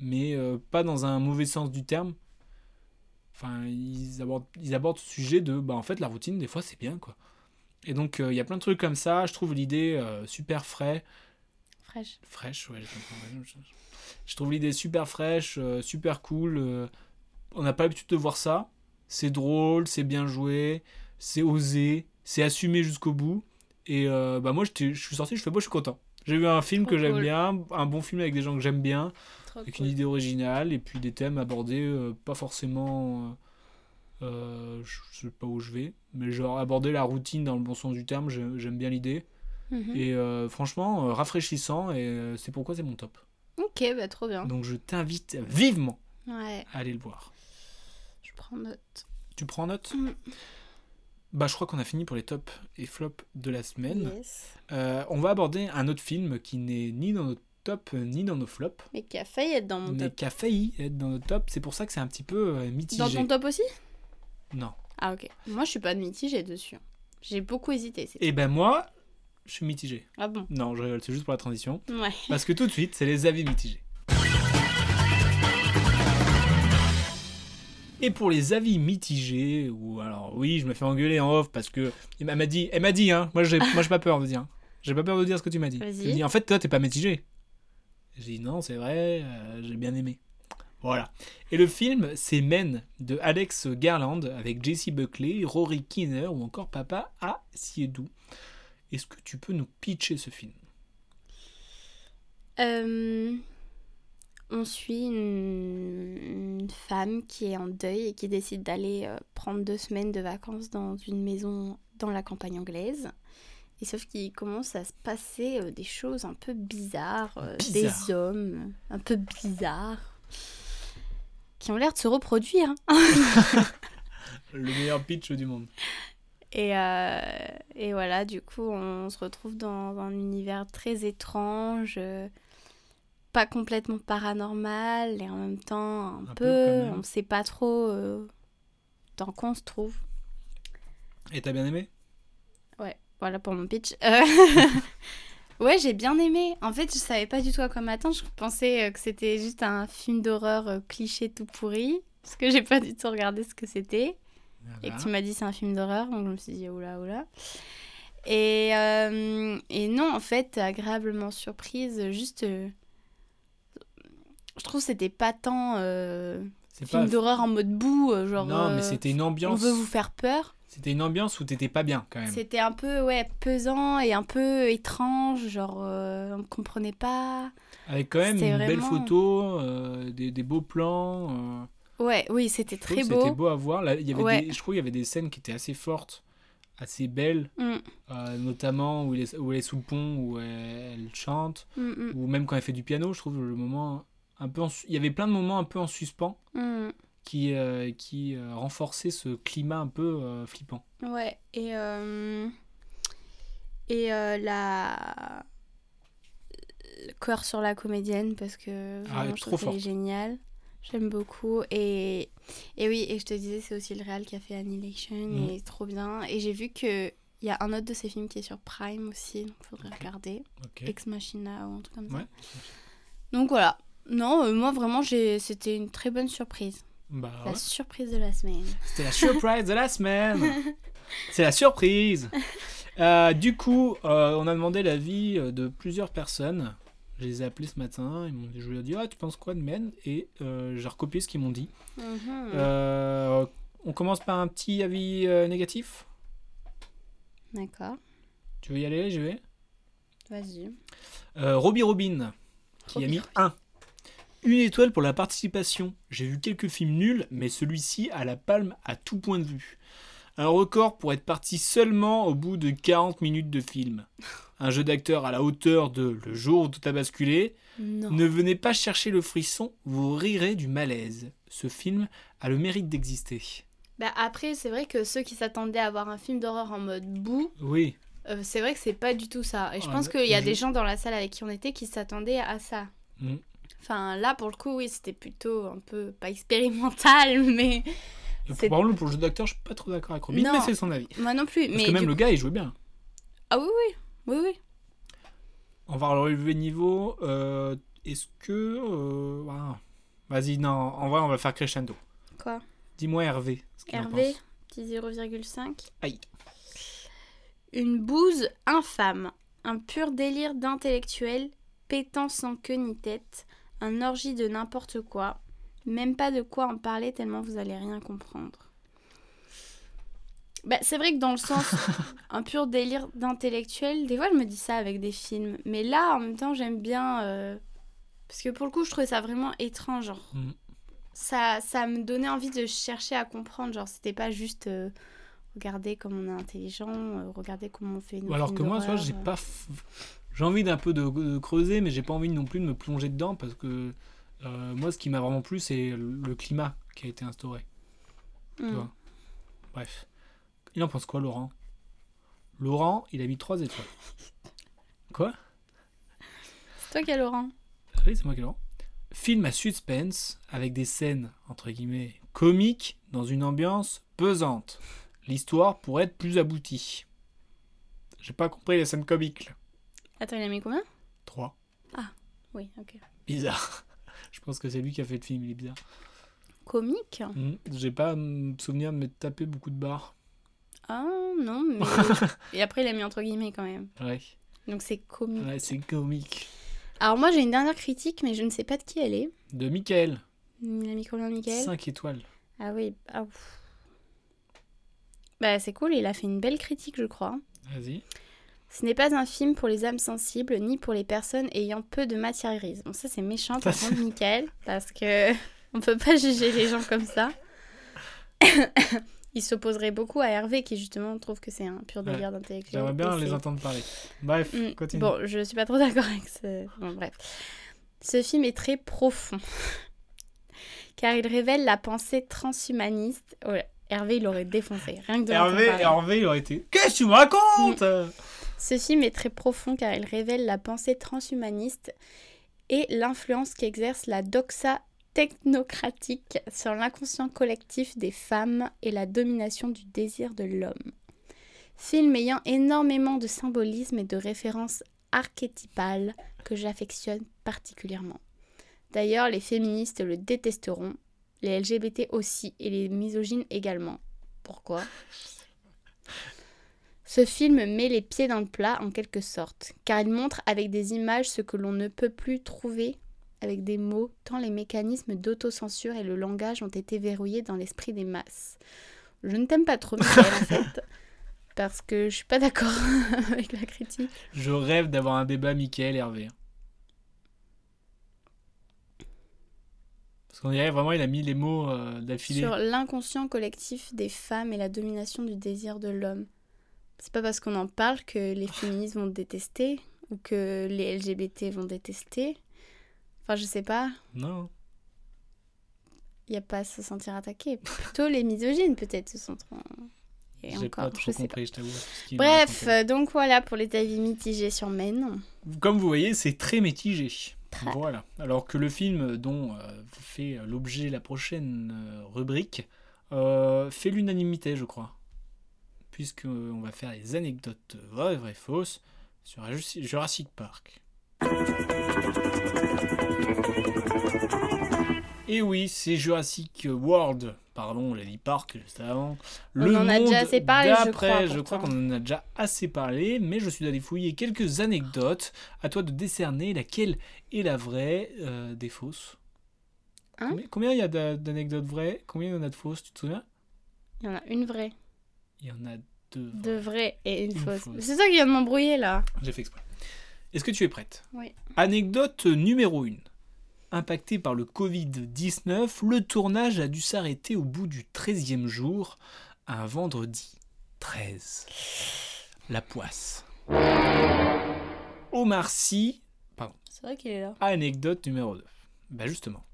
[SPEAKER 1] mais euh, pas dans un mauvais sens du terme. Enfin, ils abordent, ils abordent ce sujet de, bah, en fait, la routine, des fois, c'est bien, quoi. Et donc, euh, il y a plein de trucs comme ça, je trouve l'idée euh, super frais,
[SPEAKER 2] Fraîche.
[SPEAKER 1] fraîche, ouais, j'ai compris, ouais, je, je- je trouve l'idée super fraîche, euh, super cool. euh, on n'a pas l'habitude de voir ça. C'est drôle, c'est bien joué, c'est osé, c'est assumé jusqu'au bout. Et euh, bah moi, j'étais- je suis sorti, je fais, moi, je suis content. J'ai vu un film
[SPEAKER 2] Trop
[SPEAKER 1] que j'aime
[SPEAKER 2] cool.
[SPEAKER 1] bien, un bon film avec des gens que j'aime bien,
[SPEAKER 2] Trop
[SPEAKER 1] avec
[SPEAKER 2] cool.
[SPEAKER 1] une idée originale et puis des thèmes abordés, euh, pas forcément. euh, euh, je je sais pas où je vais, mais genre aborder la routine dans le bon sens du terme, j'ai- j'aime bien l'idée.
[SPEAKER 2] Mhm.
[SPEAKER 1] Et euh, franchement, euh, rafraîchissant, et euh, c'est pourquoi c'est mon top.
[SPEAKER 2] Ok, bah trop bien.
[SPEAKER 1] Donc je t'invite vivement
[SPEAKER 2] Ouais,
[SPEAKER 1] à aller le voir.
[SPEAKER 2] je prends note.
[SPEAKER 1] Tu prends note
[SPEAKER 2] Mm.
[SPEAKER 1] Bah je crois qu'on a fini pour les tops et flops de la semaine.
[SPEAKER 2] Yes.
[SPEAKER 1] Euh, on va aborder un autre film qui n'est ni dans nos tops ni dans nos flops,
[SPEAKER 2] Mais qui a failli être dans mon
[SPEAKER 1] mais
[SPEAKER 2] top.
[SPEAKER 1] qui a failli être dans nos tops. C'est pour ça que c'est un petit peu euh, mitigé.
[SPEAKER 2] Dans ton top aussi
[SPEAKER 1] Non.
[SPEAKER 2] Ah ok. Moi je suis pas de mitigée dessus. J'ai beaucoup hésité. c'est-
[SPEAKER 1] Et ben moi, je suis mitigé.
[SPEAKER 2] Ah bon
[SPEAKER 1] Non, je rigole, c'est juste pour la transition.
[SPEAKER 2] Ouais.
[SPEAKER 1] Parce que tout de suite, c'est les avis mitigés. Et pour les avis mitigés, ou alors oui, je me fais engueuler en off parce que elle m'a dit, elle m'a dit, hein, moi j'ai, moi j'ai pas peur de dire, j'ai pas peur de dire ce que tu m'as dit.
[SPEAKER 2] Vas-y.
[SPEAKER 1] Elle me dit, en fait, toi t'es pas mitigé. J'ai dit non, c'est vrai, euh, j'ai bien aimé. Voilà. Et le film, c'est Men de Alex Garland avec Jesse Buckley, Rory Kinner ou encore Papa A. Siedou. Est-ce que tu peux nous pitcher ce film
[SPEAKER 2] Euh, on suit une, une femme qui est en deuil et qui décide d'aller euh, prendre deux semaines de vacances dans une maison dans la campagne anglaise. Et sauf qu'il commence à se passer euh, des choses un peu bizarres, euh,
[SPEAKER 1] Bizarre.
[SPEAKER 2] des hommes un peu bizarres, qui ont l'air de se reproduire.
[SPEAKER 1] Le meilleur pitch du monde.
[SPEAKER 2] Et, euh, et voilà, du coup, on se retrouve dans un univers très étrange, euh, pas complètement paranormal, et en même temps, un,
[SPEAKER 1] Un peu,
[SPEAKER 2] peu,
[SPEAKER 1] quand même.
[SPEAKER 2] on ne sait pas trop euh, dans quoi on se trouve.
[SPEAKER 1] Et t'as bien aimé
[SPEAKER 2] Ouais, voilà pour mon pitch. Euh, ouais, j'ai bien aimé. En fait, je savais pas du tout à quoi m'attendre. Je pensais euh, que c'était juste un film d'horreur euh, cliché tout pourri, parce que j'ai pas du tout regardé ce que c'était.
[SPEAKER 1] bah.
[SPEAKER 2] et
[SPEAKER 1] Hein
[SPEAKER 2] que tu m'as dit c'est un film d'horreur, donc je me suis dit oula oula. Et, euh, et non, en fait, agréablement surprise, juste. euh, je trouve que c'était pas tant euh,
[SPEAKER 1] C'est
[SPEAKER 2] film
[SPEAKER 1] pas-
[SPEAKER 2] d'horreur en mode boue, euh, genre.
[SPEAKER 1] Non, mais
[SPEAKER 2] euh,
[SPEAKER 1] c'était une
[SPEAKER 2] on
[SPEAKER 1] ambiance.
[SPEAKER 2] veut vous faire peur.
[SPEAKER 1] C'était une ambiance où t'étais pas bien quand même.
[SPEAKER 2] C'était un peu ouais, pesant et un peu étrange, genre euh, on ne comprenait pas.
[SPEAKER 1] Avec quand même
[SPEAKER 2] c'était
[SPEAKER 1] une belle
[SPEAKER 2] vraiment-
[SPEAKER 1] photo, euh, des, des beaux plans. euh,
[SPEAKER 2] Ouais, oui, c'était
[SPEAKER 1] je trouve
[SPEAKER 2] très
[SPEAKER 1] que
[SPEAKER 2] beau.
[SPEAKER 1] C'était beau à voir. Là, il y avait
[SPEAKER 2] Ouais.
[SPEAKER 1] des- Je trouve qu'il y avait des scènes qui étaient assez fortes, assez belles,
[SPEAKER 2] Mm,
[SPEAKER 1] euh, notamment où, il est, où elle est sous le pont, où elle, elle chante,
[SPEAKER 2] mm,
[SPEAKER 1] ou même quand elle fait du piano. Je trouve le moment un peu. en su- Il y avait plein de moments un peu en suspens
[SPEAKER 2] mm,
[SPEAKER 1] qui, euh, qui euh, renforçaient ce climat un peu euh, flippant.
[SPEAKER 2] mm. Ouais, et. euh, Et euh, la. Le cœur sur la comédienne, parce que
[SPEAKER 1] Ah,
[SPEAKER 2] vraiment,
[SPEAKER 1] elle est
[SPEAKER 2] je
[SPEAKER 1] trop
[SPEAKER 2] trouve qu'elle est
[SPEAKER 1] forte.
[SPEAKER 2] géniale. J'aime beaucoup. Et... et oui, et je te disais, c'est aussi le réal qui a fait Annihilation,
[SPEAKER 1] Mm.
[SPEAKER 2] et trop bien. Et j'ai vu qu'il y a un autre de ses films qui est sur Prime aussi, donc faudrait regarder.
[SPEAKER 1] Ok.
[SPEAKER 2] Ex Machina ou un truc comme
[SPEAKER 1] Ouais.
[SPEAKER 2] ça. Donc voilà. Non, euh, moi vraiment, j'ai... c'était une très bonne surprise.
[SPEAKER 1] Bah,
[SPEAKER 2] La
[SPEAKER 1] ouais.
[SPEAKER 2] surprise de la semaine.
[SPEAKER 1] C'était la surprise de la semaine. C'est la surprise. Euh, du coup, euh, on a demandé l'avis de plusieurs euh, personnes. Je les ai appelés ce matin, ils m'ont dit, je leur ai dit, ah, tu penses quoi de Men Et euh, j'ai recopié ce qu'ils m'ont dit.
[SPEAKER 2] Mhm.
[SPEAKER 1] Euh, on commence par un petit avis euh, négatif.
[SPEAKER 2] D'accord,
[SPEAKER 1] Tu veux y aller Je vais.
[SPEAKER 2] vas-y.
[SPEAKER 1] Euh, Robbie Robin, qui a
[SPEAKER 2] Robbie
[SPEAKER 1] mis 1. Une étoile pour la participation. J'ai vu quelques films nuls, mais celui-ci a la palme à tout point de vue. Un record pour être parti seulement au bout de 40 minutes de film. Un jeu d'acteur à la hauteur de Le jour où tout a basculé.
[SPEAKER 2] Non.
[SPEAKER 1] Ne venez pas chercher le frisson, vous rirez du malaise. Ce film a le mérite d'exister.
[SPEAKER 2] Bah après, c'est vrai que ceux qui s'attendaient à voir un film d'horreur en mode boue,
[SPEAKER 1] Oui,
[SPEAKER 2] euh, c'est vrai que c'est pas du tout ça. Et je
[SPEAKER 1] Ah,
[SPEAKER 2] pense
[SPEAKER 1] bah,
[SPEAKER 2] qu'il y a
[SPEAKER 1] je-
[SPEAKER 2] des gens dans la salle avec qui on était qui s'attendaient à ça.
[SPEAKER 1] Mm.
[SPEAKER 2] Enfin, là, pour le coup, oui, c'était plutôt un peu, pas expérimental, mais...
[SPEAKER 1] Et pour,
[SPEAKER 2] C'est-
[SPEAKER 1] par exemple, pour le jeu d'acteur, je suis pas trop d'accord avec Robin,
[SPEAKER 2] Non.
[SPEAKER 1] mais c'est son avis.
[SPEAKER 2] Moi non plus,
[SPEAKER 1] Parce
[SPEAKER 2] mais...
[SPEAKER 1] que même
[SPEAKER 2] du
[SPEAKER 1] le
[SPEAKER 2] coup-
[SPEAKER 1] gars, il jouait bien.
[SPEAKER 2] Ah oui, oui, oui, oui.
[SPEAKER 1] On va relever le niveau. euh, Est-ce que. euh, ah, Vas-y, non, en vrai, on va faire crescendo.
[SPEAKER 2] Quoi
[SPEAKER 1] Dis-moi, Hervé. ce qu'il en
[SPEAKER 2] Hervé,
[SPEAKER 1] pense.
[SPEAKER 2] petit 0,5.
[SPEAKER 1] Aïe.
[SPEAKER 2] Une bouse infâme, un pur délire d'intellectuel, pétant sans queue ni tête, un orgie de n'importe quoi, même pas de quoi en parler tellement vous allez rien comprendre. Bah, c'est vrai que dans le sens, un pur délire d'intellectuel, des fois je me dis ça avec des films, mais là en même temps j'aime bien, euh, parce que pour le coup je trouvais ça vraiment étrange, genre.
[SPEAKER 1] Mm.
[SPEAKER 2] Ça, ça me donnait envie de chercher à comprendre, genre c'était pas juste... euh, Regardez comme on est intelligent, euh, regardez comment on fait une
[SPEAKER 1] Ou alors que moi, tu vois, j'ai pas. f- J'ai envie d'un peu de, de creuser, mais j'ai pas envie non plus de me plonger dedans parce que euh, moi, ce qui m'a vraiment plu, c'est le climat qui a été instauré.
[SPEAKER 2] Hmm.
[SPEAKER 1] tu vois. Bref. Il en pense quoi, Laurent Laurent, il a mis 3 étoiles. Quoi
[SPEAKER 2] C'est toi qui as Laurent.
[SPEAKER 1] Oui, c'est moi qui l'ai. Film à suspense avec des scènes entre guillemets comiques dans une ambiance pesante. L'histoire pourrait être plus aboutie. J'ai pas compris les scènes comiques.
[SPEAKER 2] Attends, il a mis combien
[SPEAKER 1] 3.
[SPEAKER 2] Oui, ok.
[SPEAKER 1] Bizarre. Je pense que c'est lui qui a fait le film, il est bizarre.
[SPEAKER 2] Comique
[SPEAKER 1] Hmm, J'ai pas mm, souvenir de me taper beaucoup de barres.
[SPEAKER 2] Ah non, mais... Et après, il a mis entre guillemets quand même.
[SPEAKER 1] Ouais,
[SPEAKER 2] Donc c'est comique.
[SPEAKER 1] ouais c'est comique.
[SPEAKER 2] Alors moi, j'ai une dernière critique, mais je ne sais pas de qui elle est.
[SPEAKER 1] De Michael.
[SPEAKER 2] Il a mis combien, Michael
[SPEAKER 1] 5 étoiles.
[SPEAKER 2] Ah oui, ah ouf. Bah c'est cool, il a fait une belle critique, je crois.
[SPEAKER 1] Vas-y.
[SPEAKER 2] Ce n'est pas un film pour les âmes sensibles, ni pour les personnes ayant peu de matiérisme. Bon, ça c'est méchant par
[SPEAKER 1] Ça,
[SPEAKER 2] contre, Michael, parce que on peut pas juger les gens comme ça. il s'opposerait beaucoup à Hervé, qui justement trouve que c'est un pur
[SPEAKER 1] Ouais.
[SPEAKER 2] délire d'intellectuel.
[SPEAKER 1] J'aimerais bien
[SPEAKER 2] et
[SPEAKER 1] les
[SPEAKER 2] c'est-
[SPEAKER 1] entendre parler. Bref,
[SPEAKER 2] Mm,
[SPEAKER 1] continue.
[SPEAKER 2] Bon, je suis pas trop d'accord avec ce. Bon, bref. Ce film est très profond, car il révèle la pensée transhumaniste. Oh là, Hervé, il aurait défoncé. Rien que de l'entendre
[SPEAKER 1] Hervé,
[SPEAKER 2] parler. Mm.
[SPEAKER 1] Hervé, il aurait été. Qu'est-ce que tu me racontes
[SPEAKER 2] Ce film est très profond car il révèle la pensée transhumaniste et l'influence qu'exerce la doxa technocratique sur l'inconscient collectif des femmes et la domination du désir de l'homme. Film ayant énormément de symbolisme et de références archétypales que j'affectionne particulièrement. D'ailleurs, les féministes le détesteront, les LGBT aussi et les misogynes également. Pourquoi ce film met les pieds dans le plat en quelque sorte, car il montre avec des images ce que l'on ne peut plus trouver avec des mots, tant les mécanismes d'autocensure et le langage ont été verrouillés dans l'esprit des masses. Je ne t'aime pas trop, Michael, en fait, parce que je suis pas d'accord avec la critique.
[SPEAKER 1] Je rêve d'avoir un débat Michael Hervé. Parce qu'on dirait vraiment, il a mis les mots euh, d'affilée.
[SPEAKER 2] Sur l'inconscient collectif des femmes et la domination du désir de l'homme. C'est pas parce qu'on en parle que les féministes vont détester ou que les LGBT vont détester. Enfin, je sais pas.
[SPEAKER 1] Non.
[SPEAKER 2] il n'y a pas à se sentir attaqué. Plutôt les misogynes, peut-être, se sentiront. Et
[SPEAKER 1] J'ai pas
[SPEAKER 2] encore, je
[SPEAKER 1] trop
[SPEAKER 2] sais pas.
[SPEAKER 1] compris, je t'avoue. ce qu'il
[SPEAKER 2] Bref,
[SPEAKER 1] m'a raconté.
[SPEAKER 2] euh, donc voilà pour les avis mitigés sur Men.
[SPEAKER 1] Comme vous voyez, c'est très mitigé.
[SPEAKER 2] Très.
[SPEAKER 1] Voilà. Alors que le film dont euh, fait l'objet la prochaine euh, rubrique euh, fait l'unanimité, je crois. Puisque euh, on va faire les anecdotes vraies, vraies, fausses sur Jurassic Park. Et oui, c'est Jurassic World, pardon, on l'a dit parc juste avant.
[SPEAKER 2] On en a
[SPEAKER 1] monde
[SPEAKER 2] déjà assez parlé, je
[SPEAKER 1] d'après,
[SPEAKER 2] crois,
[SPEAKER 1] Je crois
[SPEAKER 2] pourtant.
[SPEAKER 1] qu'on en a déjà assez parlé, mais je suis allé fouiller quelques anecdotes. À toi de décerner laquelle est la vraie euh, des fausses.
[SPEAKER 2] Hein
[SPEAKER 1] Combien- Combien il y a d'a- d'anecdotes vraies Combien il y en a de fausses Tu te souviens
[SPEAKER 2] Il y en a une vraie,
[SPEAKER 1] Il y en a deux. vraies.
[SPEAKER 2] deux vraies et une,
[SPEAKER 1] Une
[SPEAKER 2] fausse.
[SPEAKER 1] fausse.
[SPEAKER 2] C'est ça qui vient de m'embrouiller là.
[SPEAKER 1] J'ai fait exprès. Est-ce que tu es prête
[SPEAKER 2] Oui.
[SPEAKER 1] Anecdote numéro 1. Impacté par le Covid-19, le tournage a dû s'arrêter au bout du 13e jour, un vendredi 13. La poisse. Omar Sy,
[SPEAKER 2] C'est vrai qu'il est là.
[SPEAKER 1] anecdote numéro 2. Bah justement,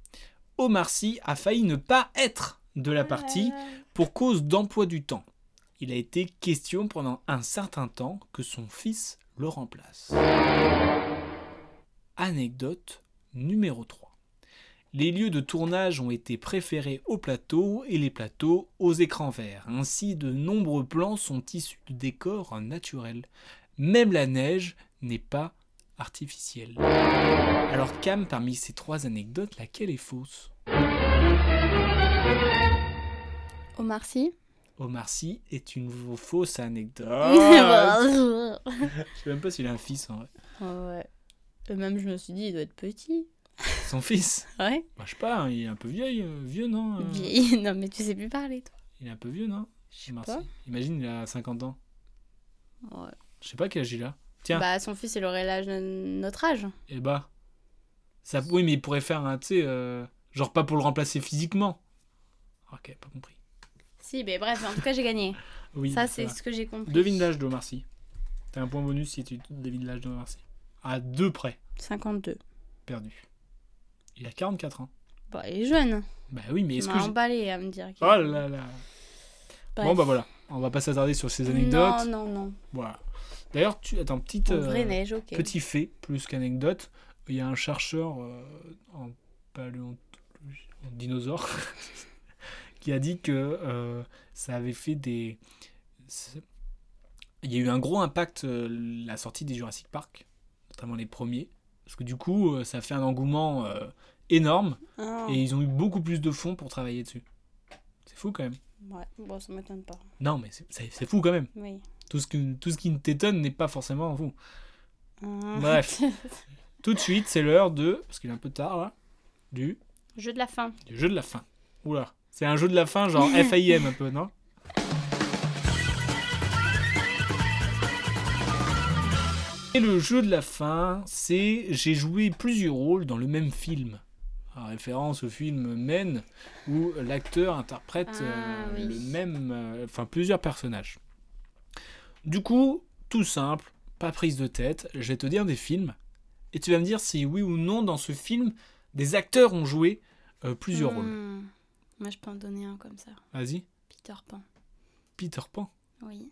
[SPEAKER 1] Omar Sy a failli ne pas être de
[SPEAKER 2] Ah
[SPEAKER 1] la partie pour cause d'emploi du temps. Il a été question pendant un certain temps que son fils le remplace. Anecdote numéro 3. Les lieux de tournage ont été préférés aux plateaux et les plateaux aux écrans verts. Ainsi, de nombreux plans sont issus de décors naturels. Même la neige n'est pas artificielle. Alors Cam, parmi ces trois anecdotes, laquelle est fausse
[SPEAKER 2] Omar Sy.
[SPEAKER 1] Omar Sy est une v- fausse anecdote. Ah,
[SPEAKER 2] Ouais.
[SPEAKER 1] Je sais même pas s'il a un fils en vrai.
[SPEAKER 2] Et Même je me suis dit, il doit être petit.
[SPEAKER 1] Son fils
[SPEAKER 2] Ouais.
[SPEAKER 1] bah, Je sais pas, hein, il est un peu vieil, euh, vieux non euh,
[SPEAKER 2] Vieille. Non mais tu sais plus parler toi.
[SPEAKER 1] Il est un peu vieux non
[SPEAKER 2] Je sais
[SPEAKER 1] Omar
[SPEAKER 2] pas.
[SPEAKER 1] Sy. Imagine, il a 50 ans.
[SPEAKER 2] Ouais.
[SPEAKER 1] Je sais pas quel âge il a. Tiens,
[SPEAKER 2] Bah son fils il aurait l'âge de notre âge.
[SPEAKER 1] et bah. Ça, oui, mais il pourrait faire un, tu sais, euh, genre pas pour le remplacer physiquement. Ok, pas compris.
[SPEAKER 2] Si mais bref, en tout cas j'ai gagné.
[SPEAKER 1] Oui,
[SPEAKER 2] ça
[SPEAKER 1] bah,
[SPEAKER 2] c'est
[SPEAKER 1] va.
[SPEAKER 2] ce que j'ai compris.
[SPEAKER 1] Devine l'âge d'Omar Sy. T'as un point bonus si tu devines l'âge d'Omar Sy. À deux près,
[SPEAKER 2] 52.
[SPEAKER 1] perdu. Il a 44 ans.
[SPEAKER 2] Bah il est jeune.
[SPEAKER 1] Bah oui, mais
[SPEAKER 2] Il
[SPEAKER 1] est-ce que
[SPEAKER 2] m'a
[SPEAKER 1] j'ai-
[SPEAKER 2] emballé à me dire. qu'il-
[SPEAKER 1] Oh là là
[SPEAKER 2] Bref.
[SPEAKER 1] Bon bah voilà, on va pas s'attarder sur ces anecdotes.
[SPEAKER 2] Non, non, non.
[SPEAKER 1] Voilà. D'ailleurs, tu attends petite
[SPEAKER 2] En
[SPEAKER 1] euh,
[SPEAKER 2] vrai neige, ok.
[SPEAKER 1] petit fait plus qu'anecdote. Il y a un chercheur euh, en paléontologie, en dinosaure, qui a dit que euh, ça avait fait des. c'est- Il y a eu un gros impact euh, la sortie des Jurassic Park, notamment les premiers, parce que du coup, euh, ça a fait un engouement euh, énorme
[SPEAKER 2] Ah.
[SPEAKER 1] et ils ont eu beaucoup plus de fonds pour travailler dessus. C'est fou quand même.
[SPEAKER 2] Ouais, bon, ça m'étonne pas.
[SPEAKER 1] Non, mais c'est- c'est c'est fou quand même.
[SPEAKER 2] Oui.
[SPEAKER 1] Tout ce, que, tout ce qui t'étonne n'est pas forcément fou.
[SPEAKER 2] Hein.
[SPEAKER 1] Bref. Tout de suite, c'est l'heure de. Parce qu'il est un peu tard là. Du,
[SPEAKER 2] Jeu de la fin.
[SPEAKER 1] du jeu de la fin. Oula. C'est un jeu de la fin, genre FAIM un peu, non Et le jeu de la fin, c'est j'ai joué plusieurs rôles dans le même film. En référence au film Men, où l'acteur interprète
[SPEAKER 2] Ah,
[SPEAKER 1] euh,
[SPEAKER 2] oui.
[SPEAKER 1] le même, euh, enfin plusieurs personnages. Du coup, tout simple, pas prise de tête, je vais te dire des films, et tu vas me dire si oui ou non dans ce film des acteurs ont joué euh, plusieurs rôles.
[SPEAKER 2] Hmm. Moi, je peux en donner un comme ça.
[SPEAKER 1] Vas-y,
[SPEAKER 2] Peter Pan.
[SPEAKER 1] Peter Pan,
[SPEAKER 2] Oui.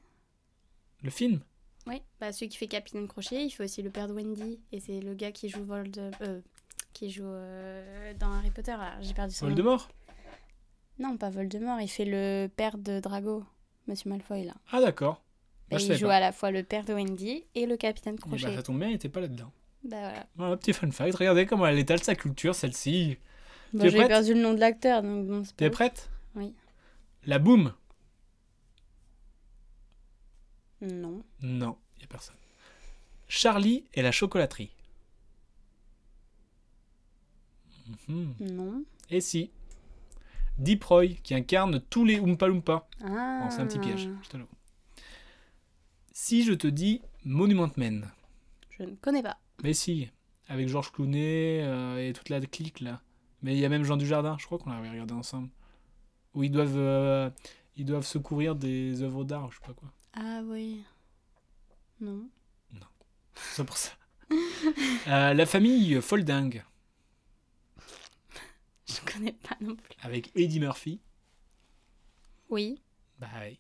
[SPEAKER 1] le film.
[SPEAKER 2] Oui. Bah, celui qui fait Capitaine Crochet, il fait aussi le père de Wendy. Et c'est le gars qui joue Vold... euh, qui joue euh, dans Harry Potter. là. J'ai perdu son nom.
[SPEAKER 1] Voldemort
[SPEAKER 2] Non, pas Voldemort. Il fait le père de Drago. Monsieur Malfoy, là.
[SPEAKER 1] Ah d'accord. Moi,
[SPEAKER 2] Et
[SPEAKER 1] je
[SPEAKER 2] il
[SPEAKER 1] savais
[SPEAKER 2] joue
[SPEAKER 1] pas.
[SPEAKER 2] à la fois le père de Wendy et le Capitaine
[SPEAKER 1] Eh ben,
[SPEAKER 2] Crochet.
[SPEAKER 1] ça tombe bien, il était pas là-dedans.
[SPEAKER 2] Bah, voilà.
[SPEAKER 1] Voilà, petit fun fact. Regardez comment elle étale sa culture, celle-ci.
[SPEAKER 2] Bon,
[SPEAKER 1] T'es
[SPEAKER 2] j'ai
[SPEAKER 1] prête
[SPEAKER 2] perdu le nom de l'acteur, donc bon, c'est pas
[SPEAKER 1] T'es
[SPEAKER 2] ouf.
[SPEAKER 1] prête
[SPEAKER 2] Oui.
[SPEAKER 1] La boum
[SPEAKER 2] Non.
[SPEAKER 1] Non, y a personne. Charlie et la chocolaterie. Mhm.
[SPEAKER 2] Non.
[SPEAKER 1] Et si Deep Roy, qui incarne tous les Oompa Loompa.
[SPEAKER 2] Ah.
[SPEAKER 1] Bon, c'est un petit piège,
[SPEAKER 2] Hmm.
[SPEAKER 1] je te l'avoue. Si je te dis Monument Men,
[SPEAKER 2] Je ne connais pas.
[SPEAKER 1] mais si, avec Georges Clooney euh, et toute la clique là. Mais il y a même Jean Dujardin, je crois qu'on l'avait regardé ensemble. Où ils doivent, euh, ils doivent secourir des œuvres d'art, ou je sais pas quoi.
[SPEAKER 2] Ah oui. Non.
[SPEAKER 1] C'est pour ça. Euh, la famille Folding,
[SPEAKER 2] Je connais pas non plus.
[SPEAKER 1] avec Eddie Murphy.
[SPEAKER 2] Oui.
[SPEAKER 1] Bah oui.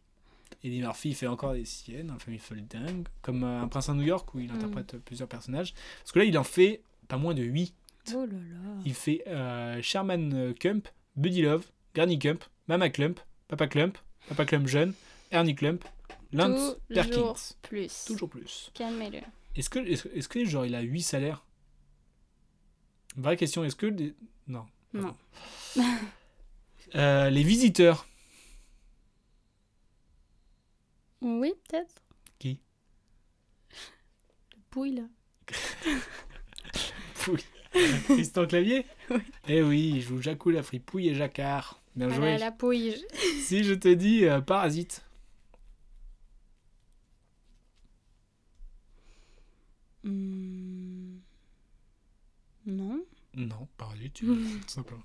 [SPEAKER 1] Eddie Murphy fait encore des siennes, dans la famille Folding, comme euh, Un prince à New York, où il interprète euh, plusieurs personnages. Parce que là, il en fait pas moins de 8.
[SPEAKER 2] Oh là là.
[SPEAKER 1] Il fait euh, Sherman euh, Clump, Buddy Love, Granny Clump, Mama Clump, Papa Clump, Papa Clump jeune, Ernie Clump, Lance
[SPEAKER 2] Toujours
[SPEAKER 1] Perkins.
[SPEAKER 2] Plus.
[SPEAKER 1] Toujours plus.
[SPEAKER 2] Calmez-le.
[SPEAKER 1] Est-ce que, est-ce, est-ce que genre, il a 8 salaires Vraie question, est-ce que... des- Non,
[SPEAKER 2] Non.
[SPEAKER 1] Euh, les visiteurs.
[SPEAKER 2] Oui, peut-être.
[SPEAKER 1] Qui
[SPEAKER 2] Le pouille, là.
[SPEAKER 1] Fouille. Tristan Clavier
[SPEAKER 2] Oui.
[SPEAKER 1] Eh oui, il joue Jacou la fripouille et Jacquard. Bien
[SPEAKER 2] Ah
[SPEAKER 1] joué.
[SPEAKER 2] là, la pouille. je-
[SPEAKER 1] Si je te dis euh, parasite.
[SPEAKER 2] Hmm. Non.
[SPEAKER 1] Non, parasite, tout simplement.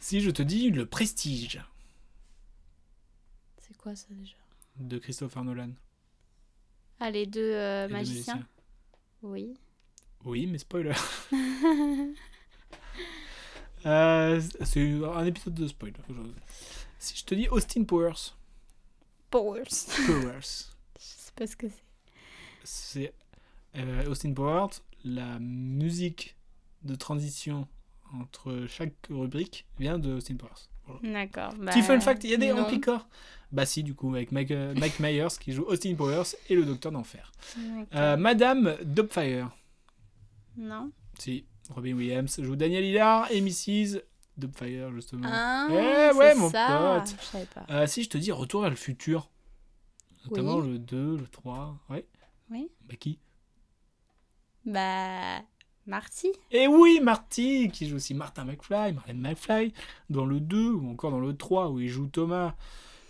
[SPEAKER 1] Si je te dis le prestige
[SPEAKER 2] C'est quoi ça déjà
[SPEAKER 1] de Christopher Nolan.
[SPEAKER 2] Ah, les deux euh,
[SPEAKER 1] et de
[SPEAKER 2] magiciens.
[SPEAKER 1] Magicien.
[SPEAKER 2] Oui.
[SPEAKER 1] Oui, mais spoiler. Euh, c'est un épisode de spoil. Si je te dis Austin Powers.
[SPEAKER 2] Powers. je
[SPEAKER 1] Powers.
[SPEAKER 2] sais pas ce que c'est.
[SPEAKER 1] c'est euh, Austin Powers, la musique de transition entre chaque rubrique vient de Austin Powers. Voilà.
[SPEAKER 2] D'accord. bah,
[SPEAKER 1] Petit fun fact, il y a des
[SPEAKER 2] non.
[SPEAKER 1] amplicords. Bah si, du coup, avec Mike, euh, Mike Myers qui joue Austin Powers et le Docteur d'Enfer.
[SPEAKER 2] D'accord.
[SPEAKER 1] Euh, Madame Dopfire.
[SPEAKER 2] Non.
[SPEAKER 1] Si, Robin Williams joue Daniel Hillard et Mrs. Dopfire, justement.
[SPEAKER 2] Ah,
[SPEAKER 1] Eh
[SPEAKER 2] c'est
[SPEAKER 1] ouais, mon
[SPEAKER 2] ça.
[SPEAKER 1] pote.
[SPEAKER 2] Je savais pas.
[SPEAKER 1] Euh, si je te dis Retour vers le futur, notamment le 2, le 3, ouais.
[SPEAKER 2] Oui.
[SPEAKER 1] Bah qui
[SPEAKER 2] Bah, Marty.
[SPEAKER 1] Et oui, Marty, qui joue aussi Martin McFly, Marlene McFly, dans le 2 ou encore dans le 3 où il joue Thomas.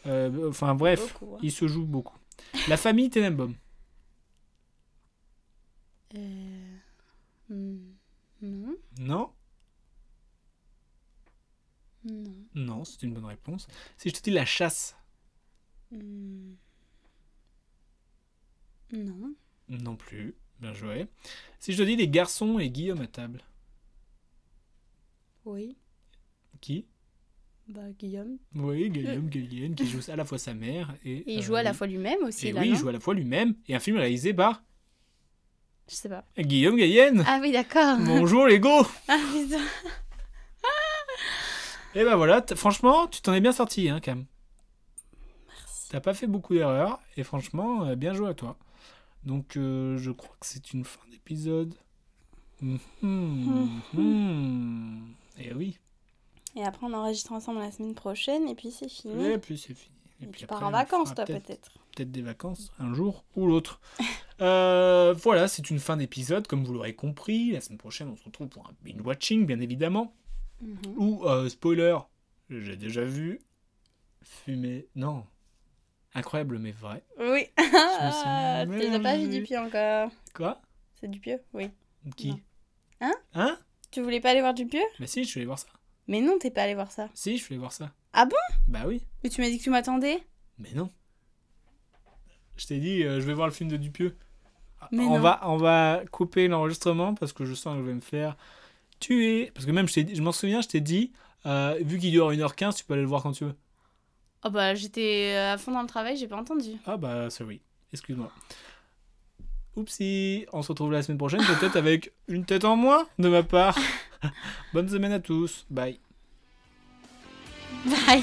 [SPEAKER 1] Euh, enfin bref,
[SPEAKER 2] Beaucoup. hein.
[SPEAKER 1] il se joue beaucoup. La famille Tenenbaum.
[SPEAKER 2] Euh, hmm, Non.
[SPEAKER 1] Non
[SPEAKER 2] Non.
[SPEAKER 1] Non, c'est une bonne réponse. Si je te dis la chasse.
[SPEAKER 2] hmm, Non.
[SPEAKER 1] Non plus. Bien joué. Si je te dis les garçons et Guillaume à table.
[SPEAKER 2] Oui.
[SPEAKER 1] Qui
[SPEAKER 2] Bah, Guillaume.
[SPEAKER 1] Oui, Guillaume Guillen, qui joue à la fois sa mère et.
[SPEAKER 2] Euh. Et il
[SPEAKER 1] euh,
[SPEAKER 2] joue à la fois lui-même aussi,
[SPEAKER 1] Et
[SPEAKER 2] là,
[SPEAKER 1] oui, il
[SPEAKER 2] non
[SPEAKER 1] joue à la fois lui-même et un film réalisé par
[SPEAKER 2] Je sais pas.
[SPEAKER 1] Guillaume Guillen.
[SPEAKER 2] Ah oui, d'accord.
[SPEAKER 1] Bonjour les gars
[SPEAKER 2] Ah, putain.
[SPEAKER 1] Et ben voilà, t- franchement, tu t'en es bien sorti, hein, Cam.
[SPEAKER 2] Merci.
[SPEAKER 1] T'as pas fait beaucoup d'erreurs, et franchement, euh, bien joué à toi. Donc, euh, je crois que c'est une fin d'épisode. Mhm, mhm. Et oui,
[SPEAKER 2] Et après, on enregistre ensemble la semaine prochaine, et puis c'est fini.
[SPEAKER 1] et Eh, puis c'est fini.
[SPEAKER 2] Et tu
[SPEAKER 1] après,
[SPEAKER 2] pars en
[SPEAKER 1] on
[SPEAKER 2] vacances,
[SPEAKER 1] fera
[SPEAKER 2] toi, peut-être. Mm.
[SPEAKER 1] peut-être des vacances un jour ou l'autre. Euh, voilà, c'est une fin d'épisode, comme vous l'aurez compris. La semaine prochaine, on se retrouve pour un binge-watching, bien évidemment.
[SPEAKER 2] Mhm.
[SPEAKER 1] Ou, euh, spoiler, j'ai déjà vu Fumer. Non. Incroyable, mais vrai.
[SPEAKER 2] Oui.
[SPEAKER 1] suis
[SPEAKER 2] Ah, Tu n'as pas vu
[SPEAKER 1] mélangé.
[SPEAKER 2] du pieux encore.
[SPEAKER 1] Quoi
[SPEAKER 2] C'est du pieux Oui.
[SPEAKER 1] Qui
[SPEAKER 2] Non. Hein
[SPEAKER 1] Hein
[SPEAKER 2] Tu voulais pas aller voir du pieux
[SPEAKER 1] Bah si, je suis allé voir ça.
[SPEAKER 2] Mais non, t'es pas allé voir ça.
[SPEAKER 1] Si, je suis allé voir ça.
[SPEAKER 2] Ah bon
[SPEAKER 1] Bah oui.
[SPEAKER 2] Mais tu m'as dit que tu m'attendais
[SPEAKER 1] Mais non. Je t'ai dit, euh, je vais voir le film de Dupieux. Ah,
[SPEAKER 2] Mais
[SPEAKER 1] on,
[SPEAKER 2] non.
[SPEAKER 1] Va, on va couper l'enregistrement parce que je sens que je vais me faire tuer. Parce que même, je, t'ai dit- je m'en souviens, je t'ai dit, euh, vu qu'il dure 1h15, tu peux aller le voir quand tu veux.
[SPEAKER 2] Oh bah j'étais à fond dans le travail, j'ai pas entendu.
[SPEAKER 1] Ah bah, sorry. Excuse-moi. Oupsie, on se retrouve la semaine prochaine, peut-être avec une tête en moins de ma part. Bonne semaine à tous. Bye.
[SPEAKER 2] Bye